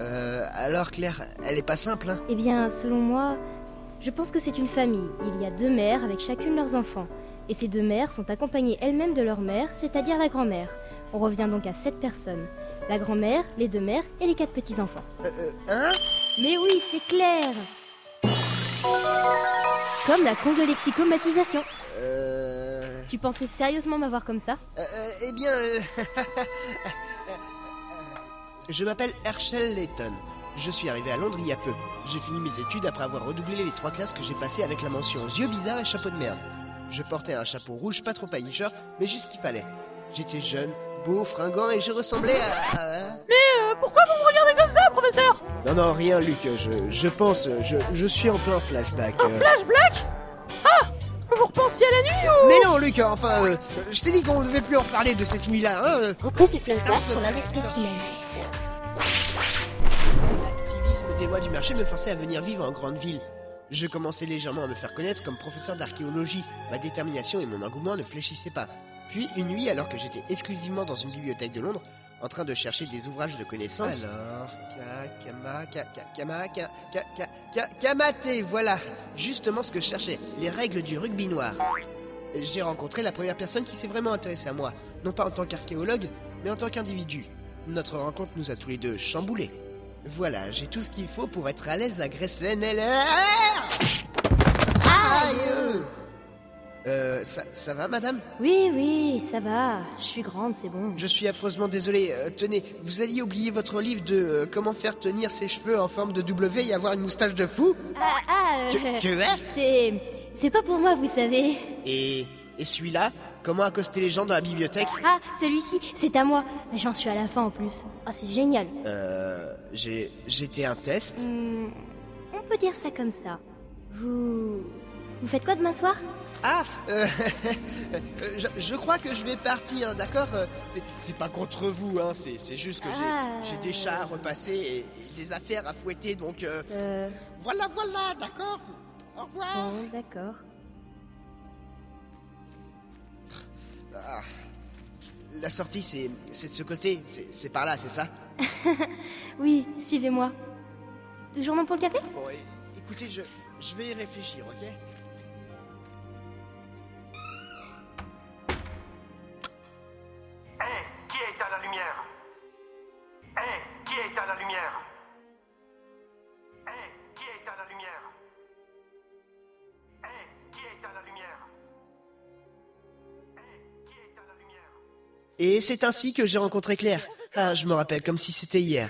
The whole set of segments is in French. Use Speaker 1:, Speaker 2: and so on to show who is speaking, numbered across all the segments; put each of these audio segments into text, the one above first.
Speaker 1: Euh, Alors Claire, elle est pas simple, hein
Speaker 2: Eh bien, selon moi, je pense que c'est une famille. Il y a deux mères avec chacune leurs enfants. Et ces deux mères sont accompagnées elles-mêmes de leur mère, c'est-à-dire la grand-mère. On revient donc à sept personnes. La grand-mère, les deux mères et les quatre petits-enfants.
Speaker 1: Euh, euh, Hein
Speaker 2: Mais oui, c'est clair Comme la congolexicomatisation.
Speaker 1: euh...
Speaker 2: Tu pensais sérieusement m'avoir comme ça
Speaker 1: Euh, euh, eh bien, euh, je m'appelle Herschel Layton. Je suis arrivé à Londres il y a peu. J'ai fini mes études après avoir redoublé les trois classes que j'ai passées avec la mention yeux bizarres et chapeau de merde. Je portais un chapeau rouge pas trop paillicheur, mais juste ce qu'il fallait. J'étais jeune, beau, fringant et je ressemblais à... à-
Speaker 3: Euh, pourquoi vous me regardez comme ça, professeur
Speaker 1: Non, non, rien Luc, je, je pense, je, je suis en plein flashback. euh.
Speaker 3: Flash Black Ah Vous repensiez à la nuit ou
Speaker 1: Mais non Luc, enfin, euh, je t'ai dit qu'on ne devait plus en reparler de cette nuit-là, hein euh.
Speaker 4: Reprise du flashback pour l'un des spécimens.
Speaker 1: L'activisme des lois du marché me forçait à venir vivre en grande ville. Je commençais légèrement à me faire connaître comme professeur d'archéologie. Ma détermination et mon engouement ne fléchissaient pas. Puis, une nuit, alors que j'étais exclusivement dans une bibliothèque de Londres, en train de chercher des ouvrages de
Speaker 5: Ah,
Speaker 1: connaissances. Alors, Kama, Kama, Kamate, voilà Justement ce que je cherchais, les règles du rugby noir. J'ai rencontré la première personne qui s'est vraiment intéressée à moi, non pas en tant qu'archéologue, mais en tant qu'individu. Notre rencontre nous a tous les deux chamboulés. Voilà, j'ai tout ce qu'il faut pour être à l'aise à Gressen Aïe Euh, ça, ça va, madame
Speaker 2: Oui, oui, ça va. Je suis grande, c'est bon.
Speaker 1: Je suis affreusement désolé. Euh, tenez, vous alliez oublier votre livre de euh, Comment faire tenir ses cheveux en forme de W et avoir une moustache de fou
Speaker 2: Ah, ah, euh,
Speaker 1: Que, que hein
Speaker 2: c'est... C'est pas pour moi, vous savez.
Speaker 1: Et, et celui-là Comment accoster les gens dans la bibliothèque
Speaker 2: Ah, celui-ci, c'est à moi. J'en suis à la fin en plus. Ah,
Speaker 4: Oh, c'est génial.
Speaker 1: Euh, j'ai, j'étais un test
Speaker 2: Hmm, on peut dire ça comme ça. Vous... Vous faites quoi demain soir
Speaker 1: Ah, euh, euh, je, je crois que je vais partir, hein, d'accord Euh, c'est- C'est pas contre vous, hein, c'est c'est juste que j'ai-
Speaker 2: Ah.
Speaker 1: j'ai des chats à repasser et, et des affaires à fouetter, donc euh,
Speaker 2: Euh...
Speaker 1: voilà, voilà, d'accord Au revoir
Speaker 2: Bon, Oh, d'accord.
Speaker 1: Ah, La sortie, c'est c'est de ce côté, c'est c'est par là, c'est ça
Speaker 2: Oui, suivez-moi. Toujours non pour le café
Speaker 1: Bon, é- écoutez, je, je vais y réfléchir, ok
Speaker 5: Hé, qui a éteint la lumière Hé, qui a éteint la lumière Hé, qui a éteint la lumière Hé, qui a éteint la lumière Hé, qui a éteint la lumière
Speaker 1: Et c'est ainsi que j'ai rencontré Claire. Ah, je me rappelle comme si c'était hier.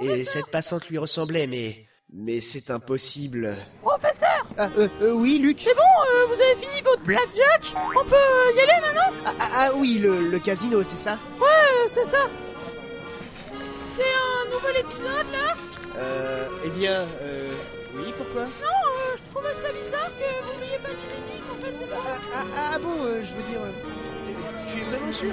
Speaker 1: Et cette passante lui ressemblait, mais... Mais c'est impossible.
Speaker 3: Professeur
Speaker 1: Ah, euh, euh, oui, Luc
Speaker 3: C'est bon, euh, vous avez fini votre blackjack On peut euh, y aller maintenant
Speaker 1: Ah, ah, ah, oui, le, le casino, c'est ça
Speaker 3: Ouais, euh, c'est ça C'est un nouvel épisode là
Speaker 1: Euh, eh bien, euh, oui, pourquoi
Speaker 3: Non, euh, je trouvais ça bizarre que vous m'ayez pas dit l'énigme en fait, c'est
Speaker 1: ah,
Speaker 3: pas...
Speaker 1: ah, ah, bon, euh, je veux dire... euh, tu es vraiment sûr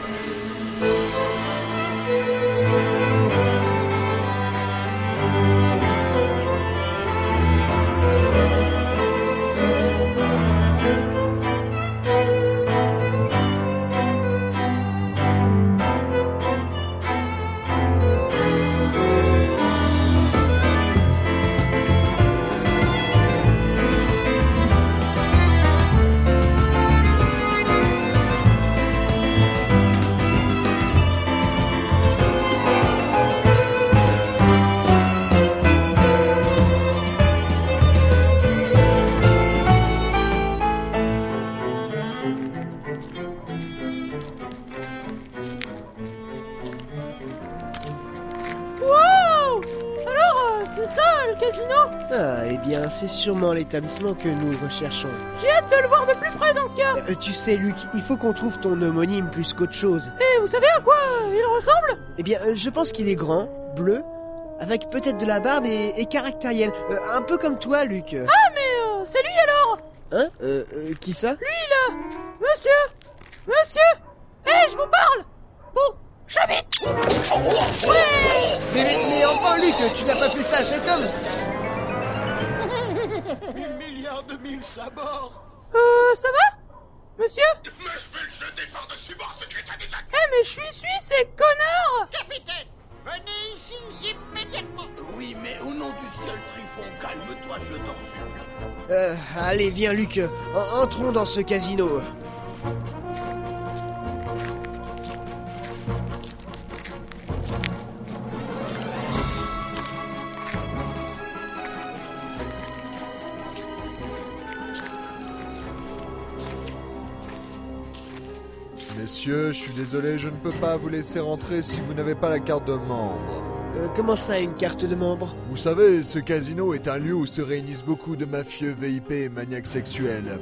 Speaker 3: Wow Alors, euh, c'est ça le casino
Speaker 1: Ah, eh bien, c'est sûrement l'établissement que nous recherchons.
Speaker 3: J'ai hâte de le voir de plus près dans ce cas
Speaker 1: Euh, tu sais, Luc, il faut qu'on trouve ton homonyme plus qu'autre chose.
Speaker 3: Et vous savez à quoi euh, il ressemble
Speaker 1: Eh bien, euh, je pense qu'il est grand, bleu, avec peut-être de la barbe et, et caractériel. Euh, un peu comme toi, Luc.
Speaker 3: Mais euh, c'est lui alors
Speaker 1: Hein euh, euh, Qui ça
Speaker 3: Monsieur Monsieur Hé, je vous parle Bon, j'habite
Speaker 1: mais, mais, mais enfin, Luc, tu n'as pas fait ça à cet homme
Speaker 6: Mille milliards de mille sabords
Speaker 3: Euh, ça va Monsieur
Speaker 6: Mais je vais le jeter par-dessus bord, secrétaire des actes
Speaker 3: Eh, mais je suis suisse et connard
Speaker 6: Oui, mais où
Speaker 1: Euh, allez, viens, Luc. euh, en- entrons dans ce casino.
Speaker 7: Messieurs, je suis désolé, je ne peux pas vous laisser rentrer si vous n'avez pas la carte de membre.
Speaker 1: Euh, comment ça, une carte de membre
Speaker 7: Vous savez, ce casino est un lieu où se réunissent beaucoup de mafieux VIP et maniaques sexuels.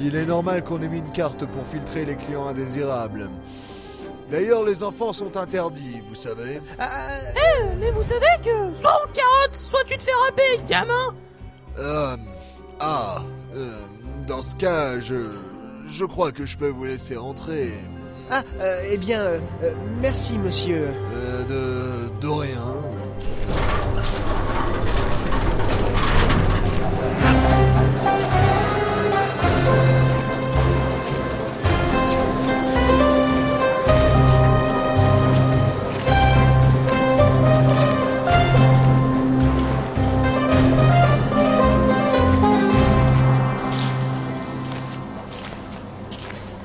Speaker 7: Il est normal qu'on ait mis une carte pour filtrer les clients indésirables. D'ailleurs, les enfants sont interdits, vous savez.
Speaker 1: Ah,
Speaker 3: Euh, mais vous savez que soit on te carotte, soit tu te fais râper, gamin
Speaker 7: Euh, ah, euh, dans ce cas, je, je crois que je peux vous laisser rentrer.
Speaker 1: Ah, euh, eh bien, euh, euh, merci, monsieur.
Speaker 7: Euh, de, de rien.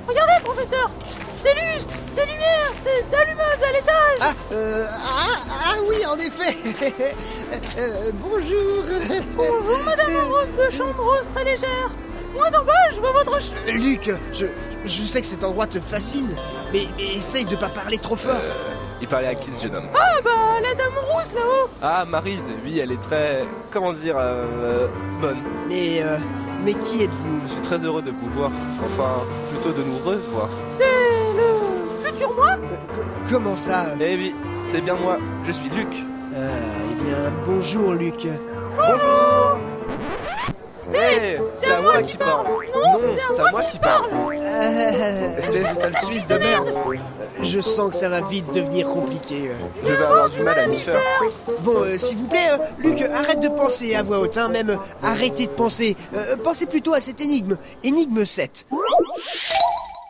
Speaker 3: Regardez, professeur Ces lustres, ces lumières, ces allumeuses à l'étage
Speaker 1: Ah, euh, ah, ah oui, en effet. Euh, bonjour.
Speaker 3: Bonjour, madame en robe de chambre rose très légère Moi d'en bas, je vois votre ch...
Speaker 1: Luc, je, je sais que cet endroit te fascine, mais, mais essaye de pas parler trop fort.
Speaker 8: Il parlait à qui ce jeune homme
Speaker 3: Ah bah, la dame rousse là-haut
Speaker 8: Ah, Marise, oui, elle est très. Comment dire euh, Bonne.
Speaker 1: Mais, euh, mais qui êtes-vous
Speaker 8: Je suis très heureux de vous voir. Enfin, plutôt de nous revoir.
Speaker 3: C'est le futur moi
Speaker 1: Euh, co- Comment ça euh
Speaker 8: Eh oui, c'est bien moi. Je suis Luc.
Speaker 1: Euh, Eh bien, bonjour, Luc.
Speaker 8: Bonjour Eh, c'est à moi qui
Speaker 3: parle.
Speaker 8: parle
Speaker 3: Non, c'est à moi qui
Speaker 8: parle
Speaker 1: Euh,
Speaker 8: Espèce de sale suisse de merde
Speaker 1: je sens que ça va vite devenir compliqué. euh.
Speaker 8: Je vais avoir du mal à m'y faire.
Speaker 1: Bon, euh, s'il vous plaît, euh, Luc, euh, arrête de penser à voix haute, hein, même euh, arrêtez de penser. Euh, pensez plutôt à cette énigme, énigme 7.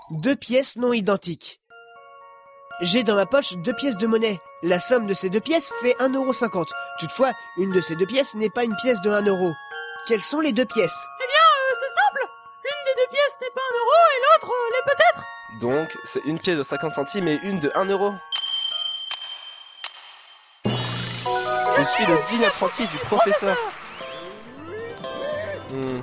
Speaker 1: Deux pièces non identiques. J'ai dans ma poche deux pièces de monnaie. La somme de ces deux pièces fait 1,50€. Toutefois, une de ces deux pièces n'est pas une pièce de 1€. euro. Quelles sont les deux pièces
Speaker 3: Euh, C'est simple L'une des deux pièces n'est pas un euro et l'autre euh, l'est peut-être
Speaker 8: Donc, c'est une pièce de 50 centimes et une de 1 euro. Je suis le digne apprenti du professeur. Hmm,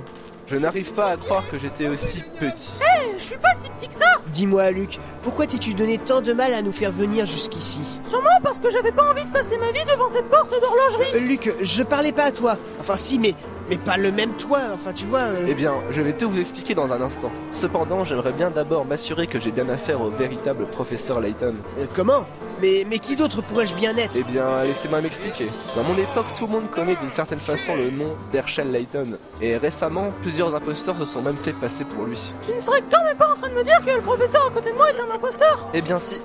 Speaker 8: Je n'arrive pas à croire que j'étais aussi petit.
Speaker 3: Eh, Je suis pas si petit que ça
Speaker 1: Dis-moi, Luc, pourquoi t'es-tu donné tant de mal à nous faire venir jusqu'ici
Speaker 3: Sûrement parce que j'avais pas envie de passer ma vie devant cette porte d'horlogerie
Speaker 1: Euh, Luc, je parlais pas à toi. Enfin, si, mais, mais pas le même toi. Enfin, tu vois. euh.
Speaker 8: Eh bien, je vais tout vous expliquer dans un instant. Cependant, j'aimerais bien d'abord m'assurer que j'ai bien affaire au véritable professeur Layton.
Speaker 1: Euh, comment mais, mais qui d'autre pourrais-je bien être
Speaker 8: Eh bien, laissez-moi m'expliquer. Dans mon époque, tout le monde connaît d'une certaine façon le nom d'Herschel Layton. Et récemment, plusieurs imposteurs se sont même fait passer pour lui.
Speaker 3: Tu ne serais quand même pas en train de me dire que le professeur à côté de moi est un imposteur
Speaker 8: Eh bien si,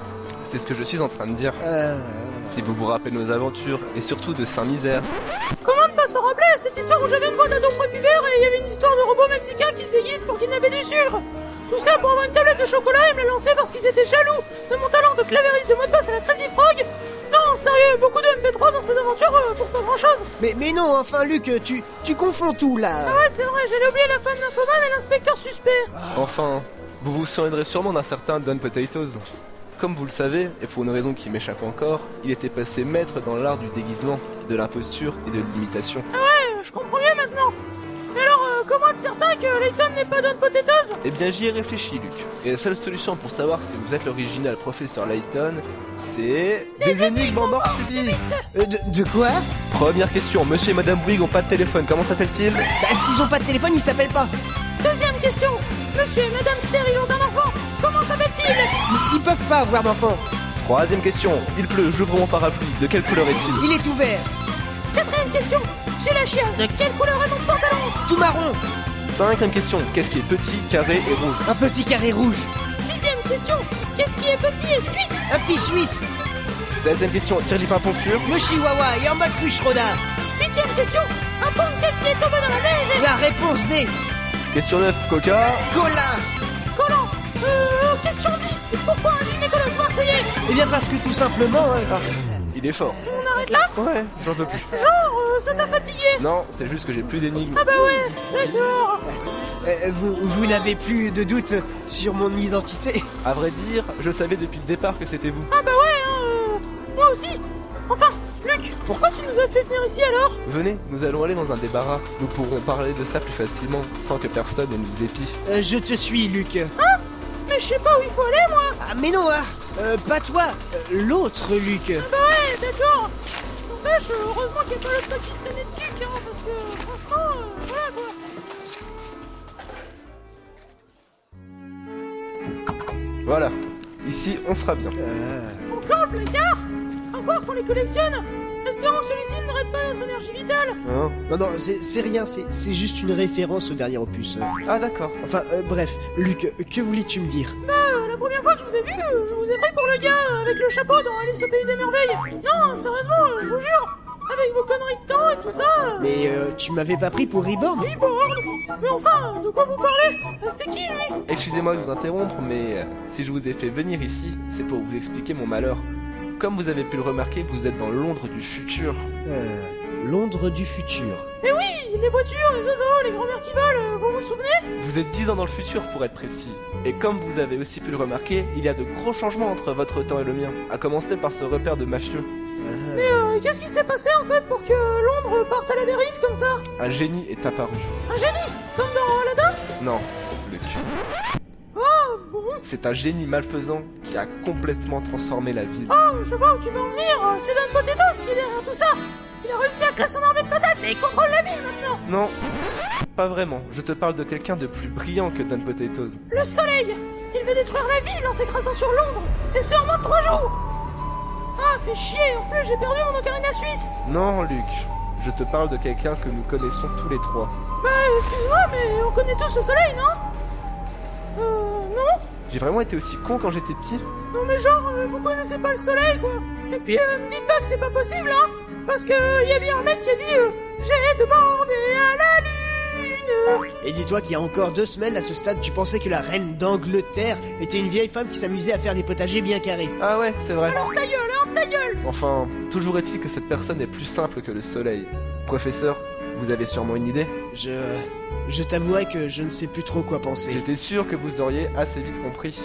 Speaker 8: c'est ce que je suis en train de dire.
Speaker 1: Euh,
Speaker 8: Si vous vous rappelez nos aventures, et surtout de Saint-Misère.
Speaker 3: Comment ne pas s'en rappeler Cette histoire où j'avais une boîte à dos prépubère et il y avait une histoire de robots mexicains qui se déguisent pour kidnapper du sucre Tout ça pour avoir une tablette de chocolat et me la lancer parce qu'ils étaient jaloux de mon talent de clavériste de mot de passe à la Tracy Frog Non, sérieux, beaucoup de MP3 dans cette aventure euh, pour pas grand-chose
Speaker 1: mais, mais non, enfin, Luc, tu, tu confonds tout là.
Speaker 3: Ouais, c'est vrai, j'allais oublier la femme nymphomane et l'inspecteur suspect
Speaker 8: Enfin, vous vous souviendrez sûrement d'un certain Don Potatoes. Comme vous le savez, et pour une raison qui m'échappe encore, il était passé maître dans l'art du déguisement, de l'imposture et de l'imitation.
Speaker 3: Euh, Je comprends mieux maintenant Mais alors, euh, comment être certain que Layton n'est pas Don Potatoes
Speaker 8: Eh bien j'y ai réfléchi Luc, et la seule solution pour savoir si vous êtes l'original professeur Layton, c'est... Des énigmes en mort subite
Speaker 1: Euh, de, de quoi
Speaker 8: Première question, monsieur et madame Bouygues ont pas de téléphone, comment s'appelle-t-il
Speaker 1: Bah, s'ils ont pas de téléphone, ils s'appellent pas.
Speaker 3: Deuxième question Monsieur et Madame Steril ont un enfant Comment s'appelle-t-il
Speaker 1: Ils peuvent pas avoir d'enfant.
Speaker 8: Troisième question, il pleut, j'ouvre mon parapluie, de quelle couleur est-il
Speaker 1: Il est ouvert,
Speaker 3: Quatrième question J'ai la chiasse, de quelle couleur est mon pantalon
Speaker 1: tout marron,
Speaker 8: Cinquième question, qu'est-ce qui est petit, carré et rouge
Speaker 1: un petit carré rouge,
Speaker 3: Sixième question Qu'est-ce qui est petit et suisse
Speaker 1: un petit suisse,
Speaker 8: Septième question, tire les pimpons sur
Speaker 1: le chihuahua et en mode fouchroda.
Speaker 3: Huitième question Un pancake qui est tombé dans la neige
Speaker 1: La réponse D,
Speaker 8: Question 9, coca
Speaker 1: cola.
Speaker 3: et collant Euh, question 10 Pourquoi un gynécologue marseillais
Speaker 1: Eh bien, parce que tout simplement. euh,
Speaker 8: Il est fort.
Speaker 3: On arrête là
Speaker 8: Ouais, j'en veux plus.
Speaker 3: Euh, Ça t'a fatigué Ah bah
Speaker 8: Non, c'est juste que j'ai plus d'énigmes.
Speaker 3: D'accord
Speaker 1: Euh, vous vous n'avez plus de doute sur mon identité
Speaker 8: À vrai dire, je savais depuis le départ que c'était vous.
Speaker 3: Ah bah ouais, hein, euh, moi aussi Enfin, Luc, pourquoi tu nous as fait venir ici alors
Speaker 8: Venez, nous allons aller dans un débarras. Nous pourrons parler de ça plus facilement, sans que personne ne nous épie.
Speaker 1: Euh, Je te suis, Luc.
Speaker 3: Mais je sais pas où il faut aller, moi
Speaker 1: Ah, mais non, ah, euh, pas toi, euh, l'autre Luc.
Speaker 3: Eh, d'accord N'empêche, heureusement qu'il n'y a pas le pakistanais de Duc, hein, parce que franchement, euh, voilà quoi
Speaker 8: Voilà. Ici, on sera bien.
Speaker 1: Euh,
Speaker 3: Encore les cartes Encore qu'on les collectionne Espérons que celui-ci ne rate pas notre énergie vitale
Speaker 8: Hein
Speaker 1: non, non, c'est c'est rien, c'est c'est juste une référence au dernier opus.
Speaker 8: ah d'accord.
Speaker 1: Enfin, euh, bref, Luc, euh, que voulais-tu me dire
Speaker 3: Euh, La première fois que je vous ai vu, euh, je vous ai pris pour le gars euh, avec le chapeau dans Alice au Pays des Merveilles Non, sérieusement, euh, je vous jure Avec vos conneries de temps et tout ça euh,
Speaker 1: Mais euh, tu m'avais pas pris pour Reborn
Speaker 3: Oui, bon, hein, mais enfin, de quoi vous parlez C'est qui lui
Speaker 8: Excusez-moi de vous interrompre, mais euh, si je vous ai fait venir ici, c'est pour vous expliquer mon malheur. Comme vous avez pu le remarquer, vous êtes dans Londres du futur.
Speaker 1: Euh, Londres du futur.
Speaker 3: Mais oui, les voitures, les oiseaux, les grands-mères qui volent, euh, vous vous souvenez
Speaker 8: Vous êtes 10 ans dans le futur pour être précis. Et comme vous avez aussi pu le remarquer, il y a de gros changements entre votre temps et le mien. À commencer par ce repère de mafieux.
Speaker 1: Euh,
Speaker 3: Euh, Qu'est-ce qui s'est passé en fait pour que Londres parte à la dérive comme ça
Speaker 8: Un génie est apparu.
Speaker 3: Un génie Comme dans Aladdin
Speaker 8: Non, le cul.
Speaker 3: Ah, bon,
Speaker 8: C'est un génie malfaisant qui a complètement transformé la ville.
Speaker 3: ah, je vois où tu veux en venir, euh, c'est Dan Potatoes qui est derrière tout ça Il a réussi à créer son armée de patates et il contrôle la ville maintenant
Speaker 8: Non, pas vraiment. Je te parle de quelqu'un de plus brillant que Dan Potatoes.
Speaker 3: Le soleil Il veut détruire la ville en s'écrasant sur Londres Et c'est en moins de trois jours Ah, fait chier En plus, j'ai perdu mon ocarina suisse
Speaker 8: Non, Luc. Je te parle de quelqu'un que nous connaissons tous les trois.
Speaker 3: Bah, excuse-moi, mais on connaît tous le soleil, non Euh, non
Speaker 8: J'ai vraiment été aussi con quand j'étais petit
Speaker 3: Non mais genre, euh, vous connaissez pas le soleil quoi Et puis euh, me dites pas que c'est pas possible hein Parce que euh, y a bien un mec qui a dit euh, J'ai demandé à la lune
Speaker 1: Et dis-toi qu'il y a encore deux semaines, à ce stade, tu pensais que la reine d'Angleterre était une vieille femme qui s'amusait à faire des potagers bien carrés.
Speaker 8: Ah ouais, c'est vrai.
Speaker 3: Alors ta gueule hein, ta gueule
Speaker 8: Enfin, toujours est-il que cette personne est plus simple que le soleil. Professeur, vous avez sûrement une idée
Speaker 1: Je... Je t'avouerai que je ne sais plus trop quoi penser.
Speaker 8: J'étais sûr que vous auriez assez vite compris.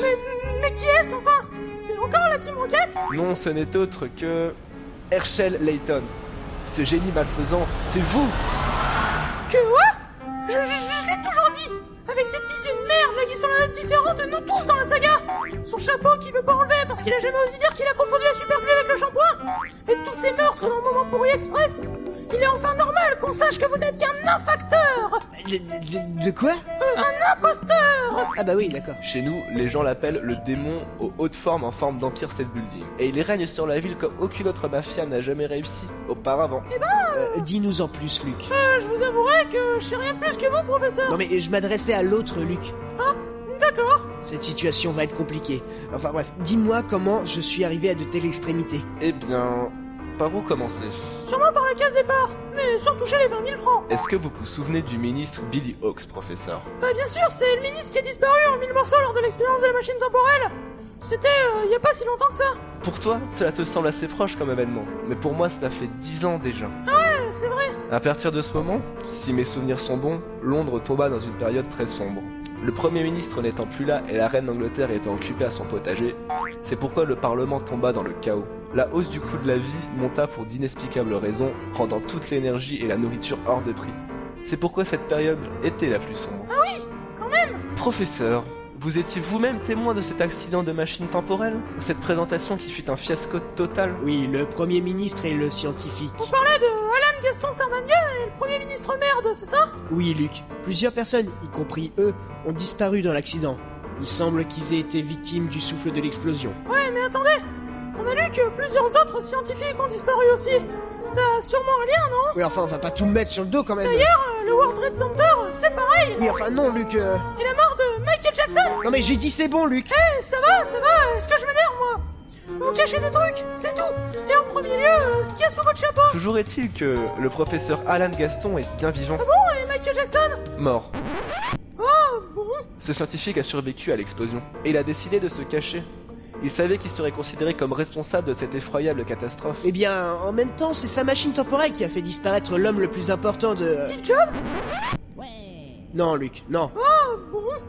Speaker 3: Mais qui est-ce enfin C'est encore la team enquête
Speaker 8: Non, ce n'est autre que... Herschel Layton. Ce génie malfaisant, c'est vous
Speaker 3: Que quoi Je, je, je- je l'ai toujours dit Avec ses petits yeux de merde là qui sont la note différente de nous tous dans la saga Son chapeau qu'il veut pas enlever parce qu'il a jamais osé dire qu'il a confondu la superglue avec le shampoing Et tous ses meurtres dans le moment pourri express Il est enfin normal qu'on sache que vous n'êtes qu'un infacteur
Speaker 1: De, de- de quoi
Speaker 3: Imposteur
Speaker 1: Ah bah oui, d'accord.
Speaker 8: Chez nous, les gens l'appellent le démon aux hautes formes en forme d'empire set building. Et il règne sur la ville comme aucune autre mafia n'a jamais réussi auparavant.
Speaker 1: Euh, Dis-nous en plus, Luc.
Speaker 3: Euh, Je vous avouerai que je sais rien de plus que vous, professeur
Speaker 1: Non mais je m'adressais à l'autre Luc.
Speaker 3: Ah, D'accord
Speaker 1: Cette situation va être compliquée. Enfin bref, dis-moi comment je suis arrivé à de telles extrémités.
Speaker 8: Eh bien, par où commencer
Speaker 3: Sûrement par la case départ, mais sans toucher les 20 000 francs
Speaker 8: Est-ce que vous vous souvenez du ministre Billy Hawks, professeur
Speaker 3: Bah bien sûr, c'est le ministre qui a disparu en mille morceaux lors de l'expérience de la machine temporelle C'était euh, il y a pas si longtemps que ça
Speaker 8: Pour toi, cela te semble assez proche comme événement, mais pour moi, cela fait 10 ans déjà.
Speaker 3: Euh, C'est vrai
Speaker 8: À partir de ce moment, si mes souvenirs sont bons, Londres tomba dans une période très sombre. Le Premier ministre n'étant plus là et la reine d'Angleterre étant occupée à son potager, c'est pourquoi le Parlement tomba dans le chaos. La hausse du coût de la vie monta pour d'inexplicables raisons, rendant toute l'énergie et la nourriture hors de prix. C'est pourquoi cette période était la plus sombre. Ah oui,
Speaker 3: quand
Speaker 8: même Professeur, vous étiez vous-même témoin de cet accident de machine temporelle Cette présentation qui fut un fiasco total
Speaker 1: Oui, le Premier ministre et le scientifique.
Speaker 3: parlait de Alan Gaston Starmania et le premier ministre merde, c'est ça
Speaker 1: Oui Luc, plusieurs personnes, y compris eux, ont disparu dans l'accident. Il semble qu'ils aient été victimes du souffle de l'explosion.
Speaker 3: Ouais, mais attendez On a lu que plusieurs autres scientifiques ont disparu aussi Ça a sûrement un lien, non
Speaker 1: Oui enfin on va pas tout mettre sur le dos quand même.
Speaker 3: Euh, Le World Trade Center, euh, c'est pareil
Speaker 1: Oui enfin non Luc. euh,
Speaker 3: Et la mort de Michael Jackson
Speaker 1: Non mais j'ai dit c'est bon Luc.
Speaker 3: Eh, ça va, ça va, est-ce que je m'énerve, moi Vous cachez des trucs, c'est tout Et en premier lieu, euh, ce qu'il y a sous votre chapeau
Speaker 8: Toujours est-il que le professeur Alan Gaston est bien vivant,
Speaker 3: Et Michael Jackson euh,
Speaker 8: mort.
Speaker 3: Bon,
Speaker 8: Ce scientifique a survécu à l'explosion et il a décidé de se cacher. Il savait qu'il serait considéré comme responsable de cette effroyable catastrophe.
Speaker 1: Eh bien, en même temps, c'est sa machine temporelle qui a fait disparaître l'homme le plus important de.
Speaker 3: Steve Jobs
Speaker 1: Non, Luc, non.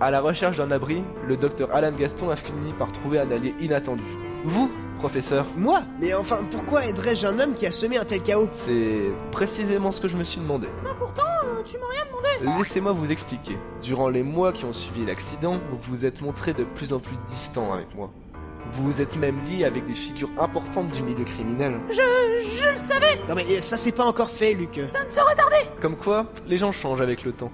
Speaker 8: À la recherche d'un abri, le docteur Alan Gaston a fini par trouver un allié inattendu. Vous, professeur,
Speaker 1: Moi Mais enfin, pourquoi aiderais-je un homme qui a semé un tel chaos
Speaker 8: c'est précisément ce que je me suis demandé.
Speaker 3: Euh, Tu m'as rien demandé.
Speaker 8: Laissez-moi vous expliquer. Durant les mois qui ont suivi l'accident, vous vous êtes montré de plus en plus distant avec moi. Vous vous êtes même lié avec des figures importantes du milieu criminel.
Speaker 3: Je, je le savais.
Speaker 1: Non, mais euh, ça, c'est pas encore fait, Luc. Euh,
Speaker 3: Ça ne saurait tarder.
Speaker 8: Comme quoi, les gens changent avec le temps.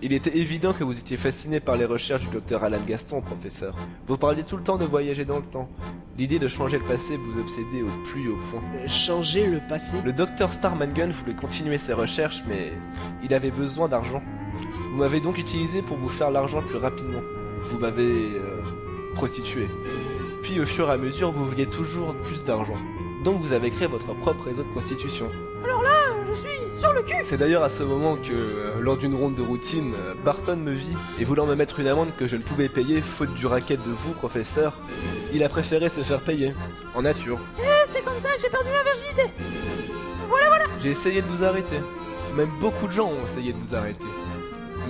Speaker 8: Il était évident que vous étiez fasciné par les recherches du docteur Alan Gaston, professeur. Vous parliez tout le temps de voyager dans le temps. L'idée de changer le passé vous obsédait au plus haut point.
Speaker 1: Euh, changer le passé
Speaker 8: Le docteur Starmangun voulait continuer ses recherches, mais il avait besoin d'argent. Vous m'avez donc utilisé pour vous faire l'argent plus rapidement. Vous m'avez euh, prostitué. Puis au fur et à mesure, vous vouliez toujours plus d'argent. Donc vous avez créé votre propre réseau de prostitution.
Speaker 3: Euh, Je suis sur le cul.
Speaker 8: C'est d'ailleurs à ce moment que, euh, lors d'une ronde de routine, euh, Barton me vit et voulant me mettre une amende que je ne pouvais payer faute du racket de vous, professeur, il a préféré se faire payer, en nature.
Speaker 3: Eh, c'est comme ça que j'ai perdu ma virginité.
Speaker 8: J'ai essayé de vous arrêter. Même beaucoup de gens ont essayé de vous arrêter.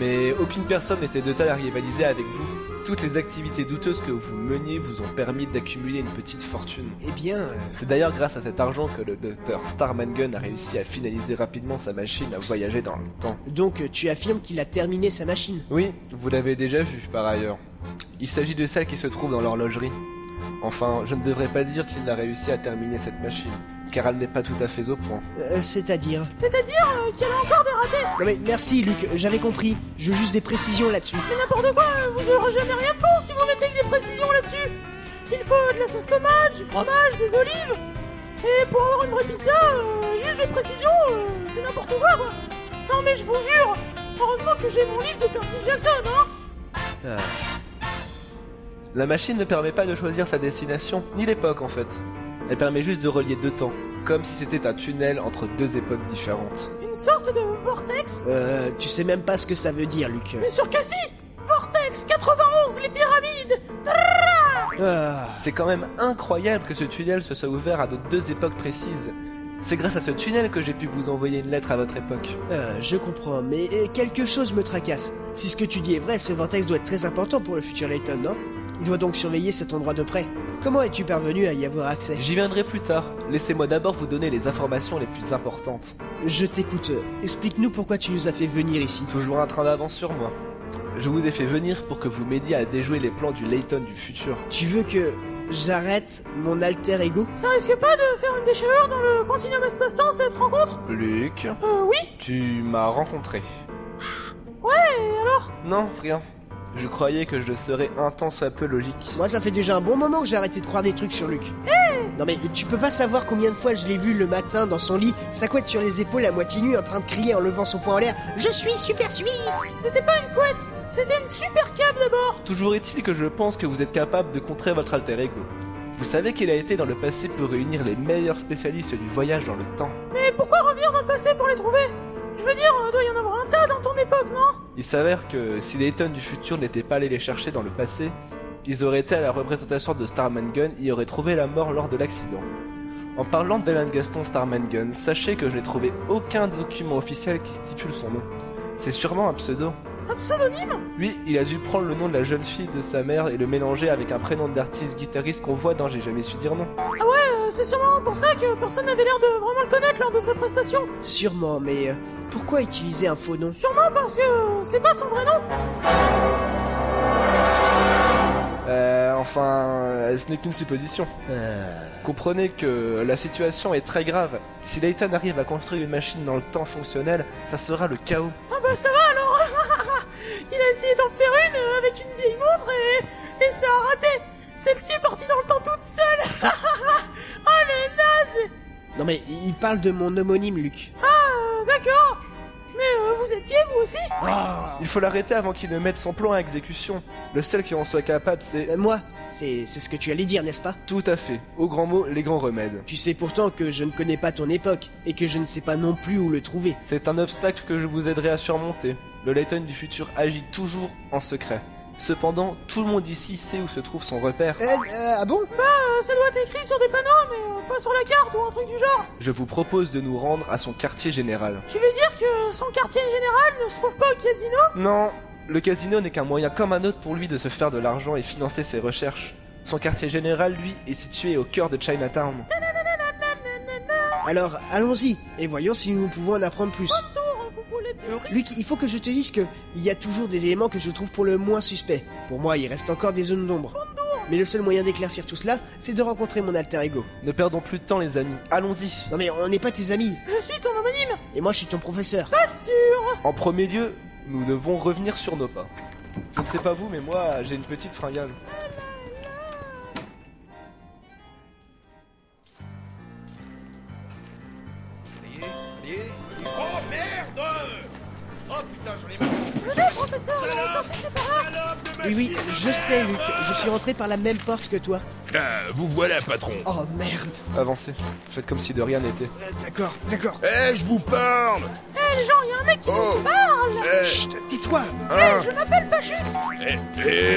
Speaker 8: Mais aucune personne n'était de taille à rivaliser avec vous. Toutes les activités douteuses que vous meniez vous ont permis d'accumuler une petite fortune.
Speaker 1: Eh bien, euh,
Speaker 8: C'est d'ailleurs grâce à cet argent que le docteur Starman Gun a réussi à finaliser rapidement sa machine à voyager dans le temps.
Speaker 1: donc euh, tu affirmes qu'il a terminé sa machine
Speaker 8: Oui, vous l'avez déjà vu par ailleurs. Il s'agit de celle qui se trouve dans l'horlogerie. Enfin, je ne devrais pas dire qu'il n'a réussi à terminer cette machine, car elle n'est pas tout à fait au point.
Speaker 1: Euh, C'est-à-dire
Speaker 3: C'est-à-dire euh, qu'il y a encore des ratés.
Speaker 1: Non, mais merci, Luc, j'avais compris. Je veux juste des précisions là-dessus.
Speaker 3: Mais n'importe quoi. euh, Vous aurez jamais rien de bon si vous mettez que des précisions là-dessus. Il faut de la sauce tomate, du fromage, des olives. Et pour avoir une vraie pizza, euh, juste des précisions, euh, c'est n'importe quoi. quoi. Non mais je vous jure. Heureusement que j'ai mon livre de Percy Jackson, hein.
Speaker 8: La machine ne permet pas de choisir sa destination, ni l'époque en fait. Elle permet juste de relier deux temps, comme si c'était un tunnel entre deux époques différentes.
Speaker 3: Une sorte de vortex.
Speaker 1: Euh, tu sais même pas ce que ça veut dire, Luc.
Speaker 3: Bien sûr que si Vortex 91, les pyramides
Speaker 1: Ah,
Speaker 8: C'est quand même incroyable que ce tunnel se soit ouvert à de deux époques précises. C'est grâce à ce tunnel que j'ai pu vous envoyer une lettre à votre époque.
Speaker 1: euh, je comprends, mais euh, quelque chose me tracasse. Si ce que tu dis est vrai, ce vortex doit être très important pour le futur Layton, non Il doit donc surveiller cet endroit de près. Comment es-tu parvenu à y avoir accès
Speaker 8: J'y viendrai plus tard. Laissez-moi d'abord vous donner les informations les plus importantes.
Speaker 1: Je t'écoute. euh, Explique-nous pourquoi tu nous as fait venir ici.
Speaker 8: Toujours un train d'avance sur moi. Je vous ai fait venir pour que vous m'aidiez à déjouer les plans du Layton du futur.
Speaker 1: Tu veux que j'arrête mon alter ego
Speaker 3: Ça risque pas de faire une déchirure dans le continuum espace-temps cette rencontre
Speaker 8: Luc,
Speaker 3: Euh, oui
Speaker 8: tu m'as rencontré.
Speaker 3: Ouais, et alors
Speaker 8: Non, rien. Je croyais que je serais un temps soit peu logique.
Speaker 1: Moi, ça fait déjà un bon moment que j'ai arrêté de croire des trucs sur Luc. non mais tu peux pas savoir combien de fois je l'ai vu le matin dans son lit, sa couette sur les épaules à moitié nue en train de crier en levant son poing en l'air « Je suis super suisse
Speaker 3: C'était pas une couette, c'était une super cape d'abord Mais pourquoi revenir dans le passé pour les trouver Je veux dire, euh, doit y en avoir un tas dans ton époque, non
Speaker 8: Il s'avère que si les Layton du futur n'étaient pas allés les chercher dans le passé, ils auraient été à la représentation de Starman Gun et auraient trouvé la mort lors de l'accident. En parlant d'Alan Gaston Starman Gun, sachez que je n'ai trouvé aucun document officiel qui stipule son nom. C'est sûrement un pseudo.
Speaker 3: Un pseudonyme
Speaker 8: Lui, il a dû prendre le nom de la jeune fille de sa mère et le mélanger avec un prénom d'artiste guitariste qu'on voit dans J'ai jamais su dire non.
Speaker 3: Ah ouais, euh, c'est sûrement pour ça que personne n'avait l'air de vraiment le connaître lors de sa prestation. »
Speaker 1: Sûrement, mais euh, pourquoi utiliser un faux nom
Speaker 3: Sûrement parce que euh, c'est pas son vrai nom
Speaker 8: Euh, enfin, euh, ce n'est qu'une supposition.
Speaker 1: Euh,
Speaker 8: Comprenez que la situation est très grave. Si Layton arrive à construire une machine dans le temps fonctionnel, ça sera le chaos.
Speaker 3: Ah bah ça va alors Il a essayé d'en faire une euh, avec une vieille montre et, et ça a raté Celle-ci est partie dans le temps toute seule Ah les nazes
Speaker 1: Non mais il parle de mon homonyme Luc.
Speaker 3: Euh, D'accord Mais euh, vous étiez vous aussi
Speaker 8: Il faut l'arrêter avant qu'il ne mette son plan à exécution. Le seul qui en soit capable, c'est
Speaker 1: Euh, moi c'est c'est ce que tu allais dire, n'est-ce pas
Speaker 8: tout à fait, au grand mot, les grands remèdes.
Speaker 1: Tu sais pourtant que je ne connais pas ton époque et que je ne sais pas non plus où le trouver.
Speaker 8: C'est un obstacle que je vous aiderai à surmonter. Le Layton du futur agit toujours en secret. Cependant, tout le monde ici sait où se trouve son repère.
Speaker 1: Eh, euh, ah bon
Speaker 3: Euh, ça doit être écrit sur des panneaux, mais euh, pas sur la carte ou un truc du genre.
Speaker 8: Je vous propose de nous rendre à son quartier général.
Speaker 3: Tu veux dire que son quartier général ne se trouve pas au casino
Speaker 8: Non, le casino n'est qu'un moyen comme un autre pour lui de se faire de l'argent et financer ses recherches. Son quartier général, lui, est situé au cœur de Chinatown.
Speaker 1: Alors, allons-y et voyons si nous pouvons en apprendre plus.
Speaker 3: Tour, vous voulez de
Speaker 1: Luc, il faut que je te dise que il y a toujours des éléments que je trouve pour le moins suspects. Pour moi, il reste encore des zones d'ombre. Mais le seul moyen d'éclaircir tout cela, c'est de rencontrer mon alter ego.
Speaker 8: Ne perdons plus de temps, les amis. Allons-y.
Speaker 1: Non mais on n'est pas tes amis,
Speaker 3: Je suis ton homonyme
Speaker 1: et moi je suis ton professeur.
Speaker 3: Pas sûr
Speaker 8: En premier lieu, nous devons revenir sur nos pas. Je ne sais pas vous, mais moi, j'ai une petite fringale.
Speaker 5: Oh merde Oh putain, j'en ai marre
Speaker 3: Professeur, on est sorti de par là
Speaker 1: Oui, oui, je sais, Luc, je suis rentré par la même porte que toi.
Speaker 6: Ah, vous voilà, patron.
Speaker 1: Oh merde.
Speaker 8: Avancez. Faites comme si de rien n'était.
Speaker 1: Euh, d'accord, d'accord.
Speaker 6: Eh, je vous parle
Speaker 3: Eh les gens, il y a un mec qui
Speaker 6: Oh.
Speaker 3: nous parle
Speaker 6: Eh,
Speaker 1: Chut, tais-toi.
Speaker 6: hein.
Speaker 3: Je m'appelle Pachu
Speaker 6: Eh,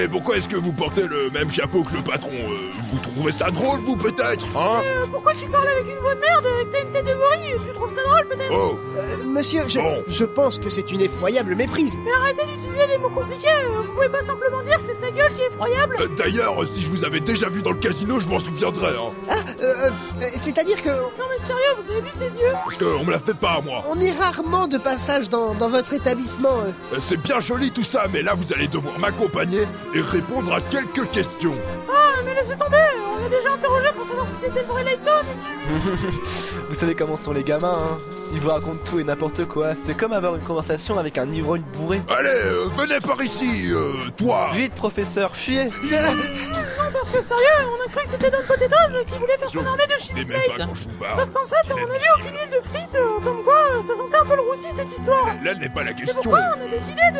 Speaker 6: eh, pourquoi est-ce que vous portez le même chapeau que le patron euh, Vous trouvez ça drôle, vous, peut-être Hein
Speaker 3: Euh, Pourquoi tu parles avec une voix de merde avec t'as une tête de gorille euh, Tu trouves ça drôle peut-être
Speaker 6: Oh,
Speaker 1: Euh, monsieur, je,
Speaker 6: Bon.
Speaker 1: je pense que c'est une effroyable méprise.
Speaker 3: Mais arrêtez d'utiliser des mots compliqués euh, Vous pouvez pas simplement dire que c'est sa gueule qui est effroyable
Speaker 6: euh, d'ailleurs, si je vous avais déjà vu dans le casino, je m'en souviendrais, hein.
Speaker 1: Euh, euh, c'est-à-dire que
Speaker 3: Non mais sérieux, vous avez vu ses yeux
Speaker 6: Parce qu'on me la fait pas, moi.
Speaker 1: on est rarement de passage dans, dans votre établissement. euh.
Speaker 6: Euh, C'est bien joli tout ça, mais là, vous allez devoir m'accompagner et répondre à quelques questions.
Speaker 3: Ah mais laissez tomber On l'a déjà interrogé pour savoir si c'était le vrai Layton
Speaker 8: vous savez comment sont les gamins, hein Ils vous racontent tout et n'importe quoi. C'est comme avoir une conversation avec un ivrogne bourré.
Speaker 6: Allez, euh, venez par ici, euh, toi
Speaker 8: Vite, professeur, fuyez
Speaker 3: Non parce que sérieux, on a cru que c'était Don Potatoes qui voulait faire son
Speaker 6: Je-
Speaker 3: armée de
Speaker 6: Je
Speaker 3: shit
Speaker 6: sais même
Speaker 3: snakes
Speaker 6: pas quand je vous parle.
Speaker 3: Sauf qu'en fait, on a vu aucune huile de frites, euh, comme quoi euh, ça sentait un peu le roussi cette histoire
Speaker 6: Là n'est pas la
Speaker 3: C'est
Speaker 6: question.
Speaker 3: pourquoi on a décidé de...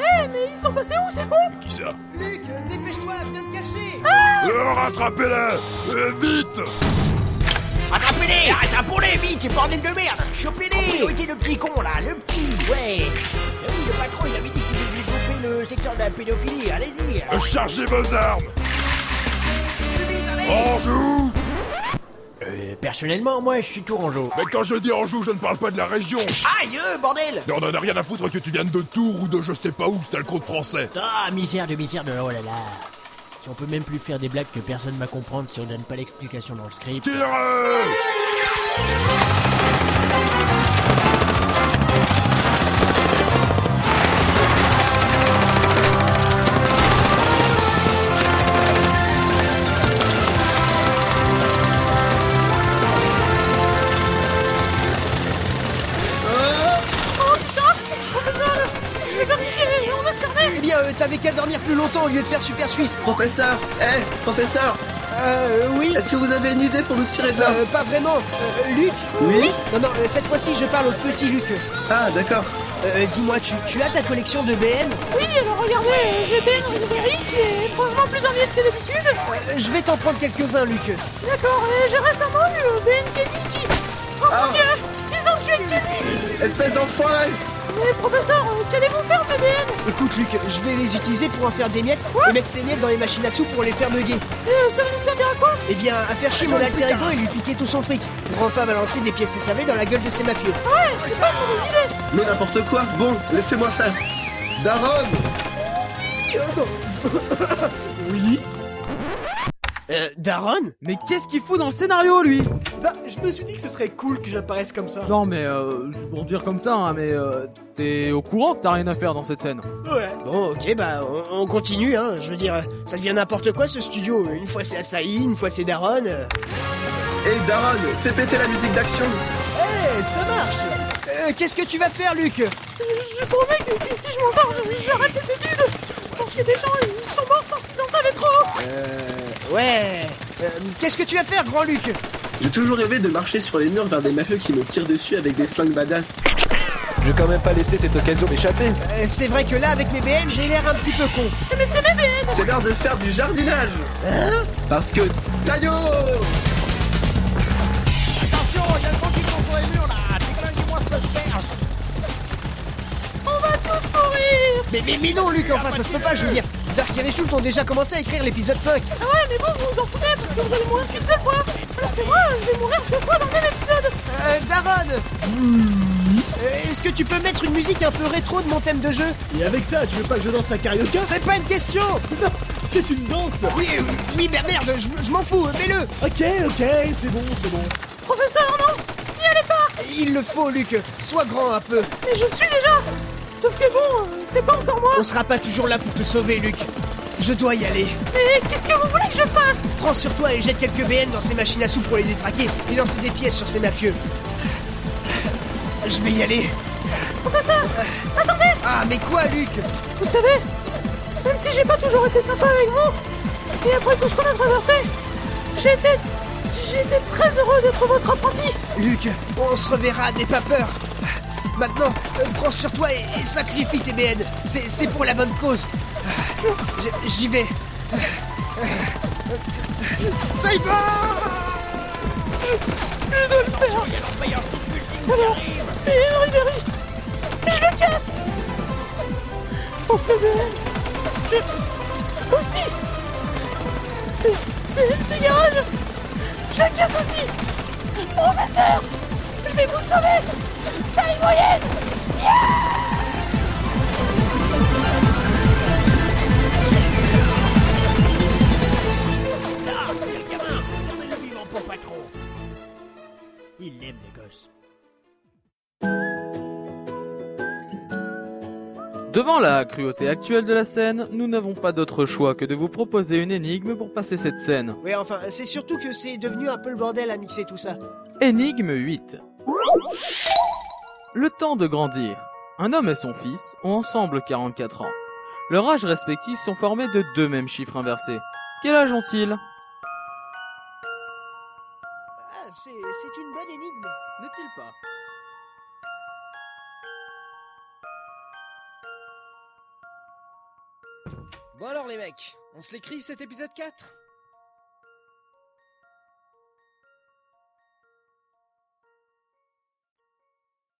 Speaker 3: Eh mais ils sont passés où ces cons
Speaker 6: Qui ça
Speaker 1: Luc, dépêche-toi, viens te cacher.
Speaker 3: Ah
Speaker 6: Euh, Rattrapez-la Euh, Vite
Speaker 9: Attrapez-les Ah, Attrapons-les vite, bordel de merde Chopez-les Priorité le petit con là, le petit, ouais Ah oui, le patron il avait dit qu'il voulait développer le secteur de la pédophilie, allez-y
Speaker 6: Euh, Chargez vos armes En joue
Speaker 9: Euh, personnellement, moi je suis Tourangeau.
Speaker 6: Mais quand je dis en joue, je ne parle pas de la région
Speaker 9: Aïe, euh, bordel
Speaker 6: Non, on en a rien à foutre que tu viennes de Tours ou de je sais pas où, sale compte français
Speaker 9: Ah, misère de misère de... Oh là là Si on peut même plus faire des blagues que personne va comprendre si on donne pas l'explication dans le script...
Speaker 6: Tirez
Speaker 3: Oh putain Oh putain Je vais paniquer et on va cerner
Speaker 1: Eh bien, euh, t'avais qu'à dormir plus longtemps au lieu de faire Super Suisse.
Speaker 10: Professeur Eh, professeur
Speaker 1: Euh, oui.
Speaker 10: Est-ce que vous avez une idée pour nous tirer de là
Speaker 1: Euh, pas vraiment. Euh, Luc
Speaker 10: Oui
Speaker 1: Non, non, euh, cette fois-ci, je parle au petit Luc.
Speaker 10: Ah, d'accord.
Speaker 1: Euh, Dis-moi, tu, tu as ta collection de BN
Speaker 3: Oui, alors regardez, euh, j'ai bien une librairie qui est étrangement plus en liette que d'habitude.
Speaker 1: Euh, Je vais t'en prendre quelques-uns, Luc.
Speaker 3: D'accord, et j'ai récemment eu euh, Ben Kenny qui... Oh mon dieu Ils ont tué Kenny
Speaker 10: Ah. Espèce d'enfoiré
Speaker 3: Mais professeur, euh, qu'allez-vous faire de BN
Speaker 1: Écoute, Luc, je vais les utiliser pour en faire des miettes et mettre ces miettes dans les machines à sous pour les faire bugger.
Speaker 3: Et euh, ça va nous servir à quoi
Speaker 1: Eh bien, à faire chier mon alter ego et lui piquer tout son fric pour enfin balancer des pièces SAV dans la gueule de ces mafieux.
Speaker 3: Ouais, c'est pas une mauvaise idée
Speaker 10: Mais n'importe quoi Bon, laissez-moi faire Daronne
Speaker 1: Oui Euh, Daron
Speaker 11: Mais qu'est-ce qu'il fout dans le scénario, lui
Speaker 10: Bah, je me suis dit que ce serait cool que j'apparaisse comme ça.
Speaker 11: Non, mais euh, c'est pour dire comme ça, hein, mais euh, t'es au courant que t'as rien à faire dans cette scène.
Speaker 10: Ouais.
Speaker 1: Bon, ok, bah, on, on continue, hein. Je veux dire, euh, ça devient n'importe quoi ce studio. Une fois c'est Asahi, une fois c'est Daron. euh.
Speaker 10: Et Daronne, Eh, fais péter la musique d'action
Speaker 1: Eh, ça marche Euh, Qu'est-ce que tu vas faire, Luc
Speaker 3: J'ai promis que, que si je m'en sors, je- j'arrête les études Parce que des gens, ils sont morts parce qu'ils en savaient trop Ah
Speaker 1: Euh... Ouais Euh, Qu'est-ce que tu vas faire, grand Luc
Speaker 10: J'ai toujours rêvé de marcher sur les murs vers des mafieux qui me tirent dessus avec des flingues badass.
Speaker 8: Je vais quand même pas laisser cette occasion m'échapper.
Speaker 1: Euh, C'est vrai que là, avec mes BM, j'ai l'air un petit peu con.
Speaker 3: Mais c'est mes BN
Speaker 10: C'est l'heure de faire du jardinage Parce que... Taillot
Speaker 3: On va tous mourir
Speaker 1: Mais, mais, mais non, Luc, enfin, ça se peut pas, je veux dire. Dark et Reshoot ont déjà commencé à écrire l'épisode 5.
Speaker 3: Ah ouais, mais bon, vous vous en foutez parce que vous allez mourir qu'une seule fois. Alors que moi, je vais mourir deux fois dans le même épisode.
Speaker 1: Euh, Daron Euh, Est-ce que tu peux mettre une musique un peu rétro de mon thème de jeu
Speaker 12: Et avec ça, tu veux pas que je danse la karaoke
Speaker 1: C'est pas une question
Speaker 12: Non, c'est une danse
Speaker 1: Oui, euh, oui, mais merde, je- je m'en fous, euh, mets-le
Speaker 12: Ok, ok, c'est bon, c'est bon.
Speaker 3: Professeur, non N'y allez pas
Speaker 1: Il le faut, Luc, sois grand un peu.
Speaker 3: Mais je le suis déjà Sauf que bon, euh, c'est pas encore moi.
Speaker 1: On sera pas toujours là pour te sauver, Luc. Je dois y aller.
Speaker 3: Mais qu'est-ce que vous voulez que je fasse
Speaker 1: Prends sur toi et jette quelques BN dans ces machines à sous pour les détraquer et lancer des pièces sur ces mafieux. Je vais y aller.
Speaker 3: Professeur, attendez
Speaker 1: Ah, mais quoi, Luc
Speaker 3: Vous savez, même si j'ai pas toujours été sympa avec vous, et après tout ce qu'on a traversé, j'ai été, j'ai été très heureux d'être votre apprenti.
Speaker 1: Luc, on se reverra, n'aie pas peur. Maintenant, euh, prends sur toi et, et sacrifie tes BN. C'est c'est pour la bonne cause. Je- J'y vais. Tiber
Speaker 3: Je dois le faire. Alors, et Ribéry, je le casse. Oh, Gabriel, je... aussi. Et- et le cigarette, je... je le casse aussi. Professeur, je vais vous sauver. Taille moyenne.
Speaker 9: Il aime les gosses.
Speaker 8: Devant la cruauté actuelle de la scène, nous n'avons pas d'autre choix que de vous proposer une énigme pour passer cette scène.
Speaker 1: Ouais, enfin, c'est surtout que c'est devenu un peu le bordel à mixer tout ça.
Speaker 8: Énigme 8. Le temps de grandir. Un homme et son fils ont ensemble 44 ans. Leurs âges respectifs sont formés de deux mêmes chiffres inversés. Quel âge ont-ils
Speaker 1: Ah, c'est c'est une bonne énigme.
Speaker 8: N'est-il pas
Speaker 13: Bon alors les mecs, on se l'écrit cet épisode 4